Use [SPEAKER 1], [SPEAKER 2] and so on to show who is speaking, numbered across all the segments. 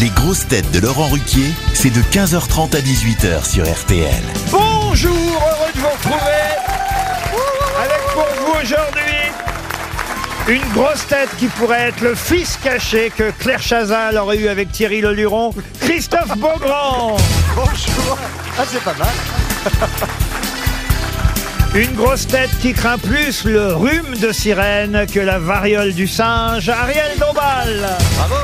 [SPEAKER 1] Les grosses têtes de Laurent Ruquier, c'est de 15h30 à 18h sur RTL.
[SPEAKER 2] Bonjour, heureux de vous retrouver avec pour vous aujourd'hui une grosse tête qui pourrait être le fils caché que Claire Chazal aurait eu avec Thierry Leluron, Christophe Beaugrand.
[SPEAKER 3] Bonjour. Ah, c'est pas mal.
[SPEAKER 2] Une grosse tête qui craint plus le rhume de sirène que la variole du singe, Ariel Dombal.
[SPEAKER 3] Bravo.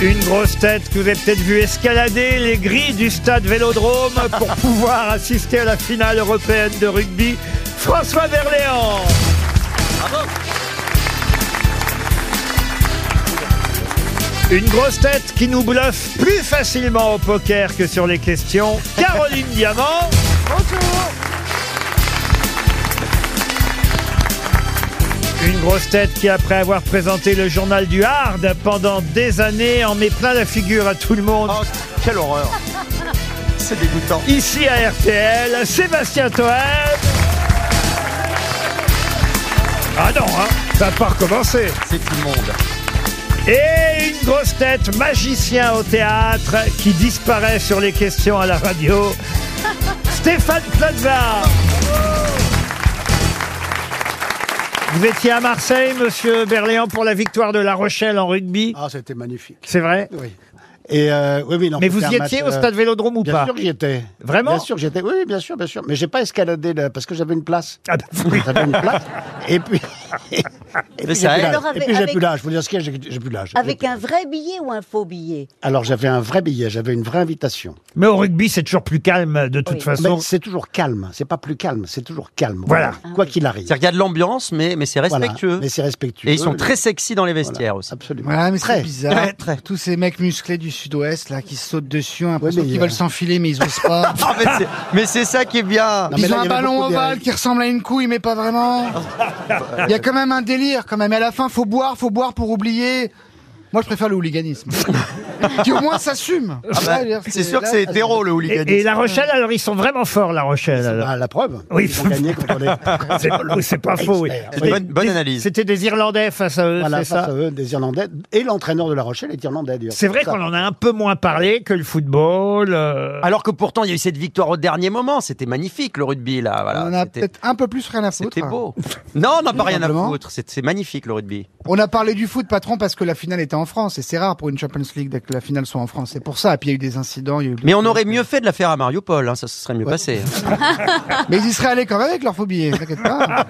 [SPEAKER 2] Une grosse tête que vous avez peut-être vu escalader les grilles du stade Vélodrome pour pouvoir assister à la finale européenne de rugby, François Berléand. Une grosse tête qui nous bluffe plus facilement au poker que sur les questions, Caroline Diamant. Une grosse tête qui, après avoir présenté le journal du Hard pendant des années, en met plein la figure à tout le monde.
[SPEAKER 3] Oh, quelle horreur. C'est dégoûtant.
[SPEAKER 2] Ici à RTL, Sébastien Toen. Ah non, hein, ça n'a pas recommencé.
[SPEAKER 3] C'est immonde.
[SPEAKER 2] Et une grosse tête, magicien au théâtre, qui disparaît sur les questions à la radio, Stéphane Plaza. Vous étiez à Marseille, monsieur Berléand, pour la victoire de La Rochelle en rugby.
[SPEAKER 4] Ah, c'était magnifique.
[SPEAKER 2] c'est vrai
[SPEAKER 4] Oui. Et euh, oui, oui, non,
[SPEAKER 2] Mais vous
[SPEAKER 4] c'était
[SPEAKER 2] y
[SPEAKER 4] un
[SPEAKER 2] étiez
[SPEAKER 4] match,
[SPEAKER 2] au
[SPEAKER 4] Ah. euh,
[SPEAKER 2] stade Vélodrome ou
[SPEAKER 4] Bien
[SPEAKER 2] pas
[SPEAKER 4] sûr que j'y étais.
[SPEAKER 2] Vraiment
[SPEAKER 4] Bien sûr, j'étais. Oui, oui, bien sûr, bien sûr. Mais j'ai pas escaladé là, parce que j'avais une place.
[SPEAKER 2] Ah bah oui.
[SPEAKER 4] J'avais une place. Et puis. et puis j'ai
[SPEAKER 3] ça aide.
[SPEAKER 4] plus l'âge.
[SPEAKER 5] Alors,
[SPEAKER 4] Et
[SPEAKER 5] avec-
[SPEAKER 4] puis j'ai
[SPEAKER 5] avec-
[SPEAKER 4] plus l'âge. Je vous dire ce qu'il y a, j'ai j'ai plus l'âge.
[SPEAKER 5] Avec
[SPEAKER 4] J'ai-
[SPEAKER 5] un vrai billet ou un faux billet
[SPEAKER 4] Alors j'avais un vrai billet, j'avais une vraie invitation.
[SPEAKER 2] Mais au rugby, c'est toujours plus calme de toute
[SPEAKER 5] Oui.
[SPEAKER 2] façon.
[SPEAKER 4] Mais c'est toujours calme. C'est pas plus calme, c'est toujours calme.
[SPEAKER 2] Voilà.
[SPEAKER 4] Quoi qu'il arrive.
[SPEAKER 3] Il regarde l'ambiance, mais, mais c'est
[SPEAKER 4] Voilà.
[SPEAKER 3] respectueux.
[SPEAKER 4] Mais c'est respectueux.
[SPEAKER 3] Et ils sont très
[SPEAKER 4] Voilà.
[SPEAKER 3] sexy dans les vestiaires aussi.
[SPEAKER 4] Absolument.
[SPEAKER 6] Voilà, mais
[SPEAKER 4] Très.
[SPEAKER 6] c'est bizarre.
[SPEAKER 3] Très, très.
[SPEAKER 6] Tous ces mecs musclés du sud-ouest là qui se sautent dessus, hein, on a l'impression
[SPEAKER 4] Ouais, mais,
[SPEAKER 6] qu'ils
[SPEAKER 4] euh,
[SPEAKER 6] veulent s'enfiler mais ils osent pas.
[SPEAKER 3] Ah, mais c'est- mais c'est ça qui est bien. Ah,
[SPEAKER 4] Non, mais
[SPEAKER 6] Ils
[SPEAKER 4] là, il
[SPEAKER 6] ont un
[SPEAKER 4] y avait
[SPEAKER 6] ballon
[SPEAKER 4] beaucoup de
[SPEAKER 6] ovale
[SPEAKER 4] dérives.
[SPEAKER 6] qui ressemble à une couille mais pas vraiment. Il y a quand même un délire quand même. Et à la fin, faut boire, faut boire pour oublier. Moi, je préfère le hooliganisme. Ah qui au moins s'assume.
[SPEAKER 3] Bah,
[SPEAKER 6] Ouais,
[SPEAKER 3] c'est sûr que
[SPEAKER 6] là,
[SPEAKER 3] c'est hétéro le hooliganisme.
[SPEAKER 2] Et, et La Rochelle, alors ils sont vraiment forts, La Rochelle. alors.
[SPEAKER 4] Ah, la preuve.
[SPEAKER 2] Oui.
[SPEAKER 4] Ils ont gagné contre les.
[SPEAKER 2] C'est c'est pas faux. oui.
[SPEAKER 4] Expert.
[SPEAKER 3] Bonne- bonne
[SPEAKER 2] des-
[SPEAKER 3] analyse.
[SPEAKER 2] C'était des Irlandais face à eux,
[SPEAKER 4] Voilà,
[SPEAKER 2] c'est
[SPEAKER 4] face
[SPEAKER 2] ça.
[SPEAKER 4] à eux, des Irlandais. Et l'entraîneur de La Rochelle est Irlandais, d'ailleurs.
[SPEAKER 2] C'est vrai
[SPEAKER 4] Ça.
[SPEAKER 2] qu'on en a un peu moins parlé que le football. euh,
[SPEAKER 3] Alors que pourtant, il y a eu cette victoire au dernier moment. C'était magnifique le rugby là. Voilà.
[SPEAKER 6] on a
[SPEAKER 3] C'était-
[SPEAKER 6] peut-être un peu plus rien à foutre. hein.
[SPEAKER 3] C'était beau. Non, on n'a pas rien à
[SPEAKER 6] Simplement.
[SPEAKER 3] foutre. C'est c'est magnifique le rugby.
[SPEAKER 6] On a parlé du foot, patron, parce que la finale était en France. Et c'est rare pour une Champions League dès que la finale soit en France. C'est pour ça. Et puis il y a eu des incidents. il y a eu-
[SPEAKER 3] Mais on aurait mieux fait de la faire à Mariupol. Hein, ça se serait mieux passé.
[SPEAKER 6] Mais ils y seraient allés quand même avec leur faux billet. T'inquiète pas.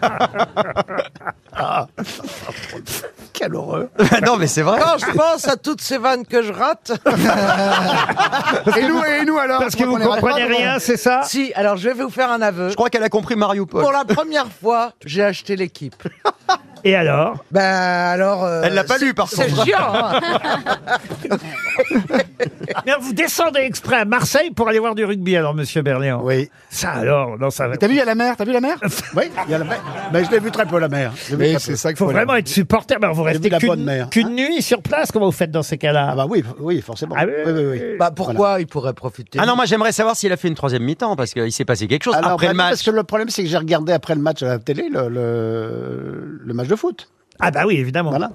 [SPEAKER 4] Quel heureux.
[SPEAKER 3] hein. non, mais c'est vrai.
[SPEAKER 7] Quand je pense à toutes ces vannes que je rate.
[SPEAKER 6] Et nous, et nous alors
[SPEAKER 2] Parce que vous
[SPEAKER 6] on est raté.
[SPEAKER 2] comprenez rien, c'est ça
[SPEAKER 7] Si, alors je vais vous faire un aveu.
[SPEAKER 3] Ah. Je crois qu'elle a compris Mariupol.
[SPEAKER 7] Pour la première fois, j'ai acheté l'équipe.
[SPEAKER 2] Et alors
[SPEAKER 7] Ben alors. euh,
[SPEAKER 3] Elle l'a pas
[SPEAKER 7] c'est-
[SPEAKER 3] lu, par
[SPEAKER 7] C'est
[SPEAKER 3] contre.
[SPEAKER 7] chiant. hein.
[SPEAKER 2] Mais Vous descendez exprès à Marseille pour aller voir du rugby, alors, monsieur Berléand.
[SPEAKER 4] Oui.
[SPEAKER 2] Ça alors, non, ça va.
[SPEAKER 6] T'as vu, il y a la mer, t'as vu la mer
[SPEAKER 4] Oui, il y a la mer. Mais je l'ai vu très peu, la mer. Je l'ai vu très peu.
[SPEAKER 6] ça qu'il
[SPEAKER 2] Faut vraiment être supporter. Ben, vous
[SPEAKER 4] hein. J'ai
[SPEAKER 2] restez
[SPEAKER 4] vu la
[SPEAKER 2] qu'une
[SPEAKER 4] bonne mère, hein.
[SPEAKER 2] qu'une nuit sur place. Comment vous faites dans ces cas-là
[SPEAKER 4] Ah bah oui, oui, forcément.
[SPEAKER 2] Ah oui,
[SPEAKER 4] oui, oui, oui.
[SPEAKER 7] Bah pourquoi il pourrait profiter
[SPEAKER 3] Ah non, moi j'aimerais savoir si elle a fait une troisième mi-temps parce qu'il s'est passé quelque chose
[SPEAKER 4] Alors,
[SPEAKER 3] après
[SPEAKER 4] bah
[SPEAKER 3] le
[SPEAKER 4] non, Parce
[SPEAKER 3] match.
[SPEAKER 4] que le problème, c'est que j'ai regardé après le match à la télé le, le, le match de foot.
[SPEAKER 2] Ah bah oui, évidemment.
[SPEAKER 4] Voilà.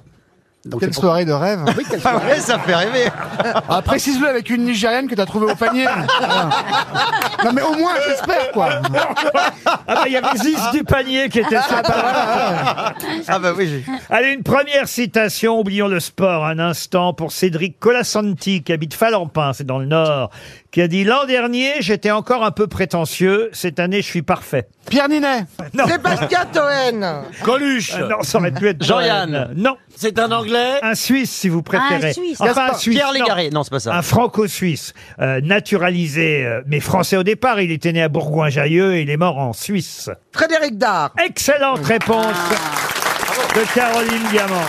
[SPEAKER 4] Donc,
[SPEAKER 6] Quelle
[SPEAKER 4] c'est pour-
[SPEAKER 6] soirée de rêve
[SPEAKER 4] Oui, quelle
[SPEAKER 3] Ah
[SPEAKER 4] soirée.
[SPEAKER 3] ouais, ça fait rêver.
[SPEAKER 6] ah, Précise-le avec une Nigérienne que t'as trouvée au panier Voilà. Non mais au moins, j'espère quoi
[SPEAKER 2] Ah bah il y avait Ziz du panier qui était sur
[SPEAKER 3] Ah bah oui. j'ai-
[SPEAKER 2] Allez, une première citation, oublions le sport un instant, pour Cédric Colasanti, qui habite Falampin, c'est dans le Nord, qui a dit « L'an dernier, j'étais encore un peu prétentieux, cette année, je suis parfait.
[SPEAKER 6] Pierre Ninet
[SPEAKER 7] Sébastien Toen. »
[SPEAKER 2] Coluche Euh, Non, ça aurait pu être
[SPEAKER 3] Jean-Yann.
[SPEAKER 2] Johan. Non,
[SPEAKER 7] C'est un Anglais.
[SPEAKER 2] un Suisse, si vous préférez.
[SPEAKER 5] Ah, un Suisse.
[SPEAKER 2] Enfin, un Suisse,
[SPEAKER 3] Pierre
[SPEAKER 2] non.
[SPEAKER 3] Légaré. Non, c'est pas ça.
[SPEAKER 2] Un franco-suisse, euh, naturalisé, euh, mais français au départ. Il était né à Bourgoin-Jailleux et il est mort en Suisse.
[SPEAKER 7] Frédéric Dard.
[SPEAKER 3] Ah.
[SPEAKER 2] Excellente réponse de Caroline Diamant.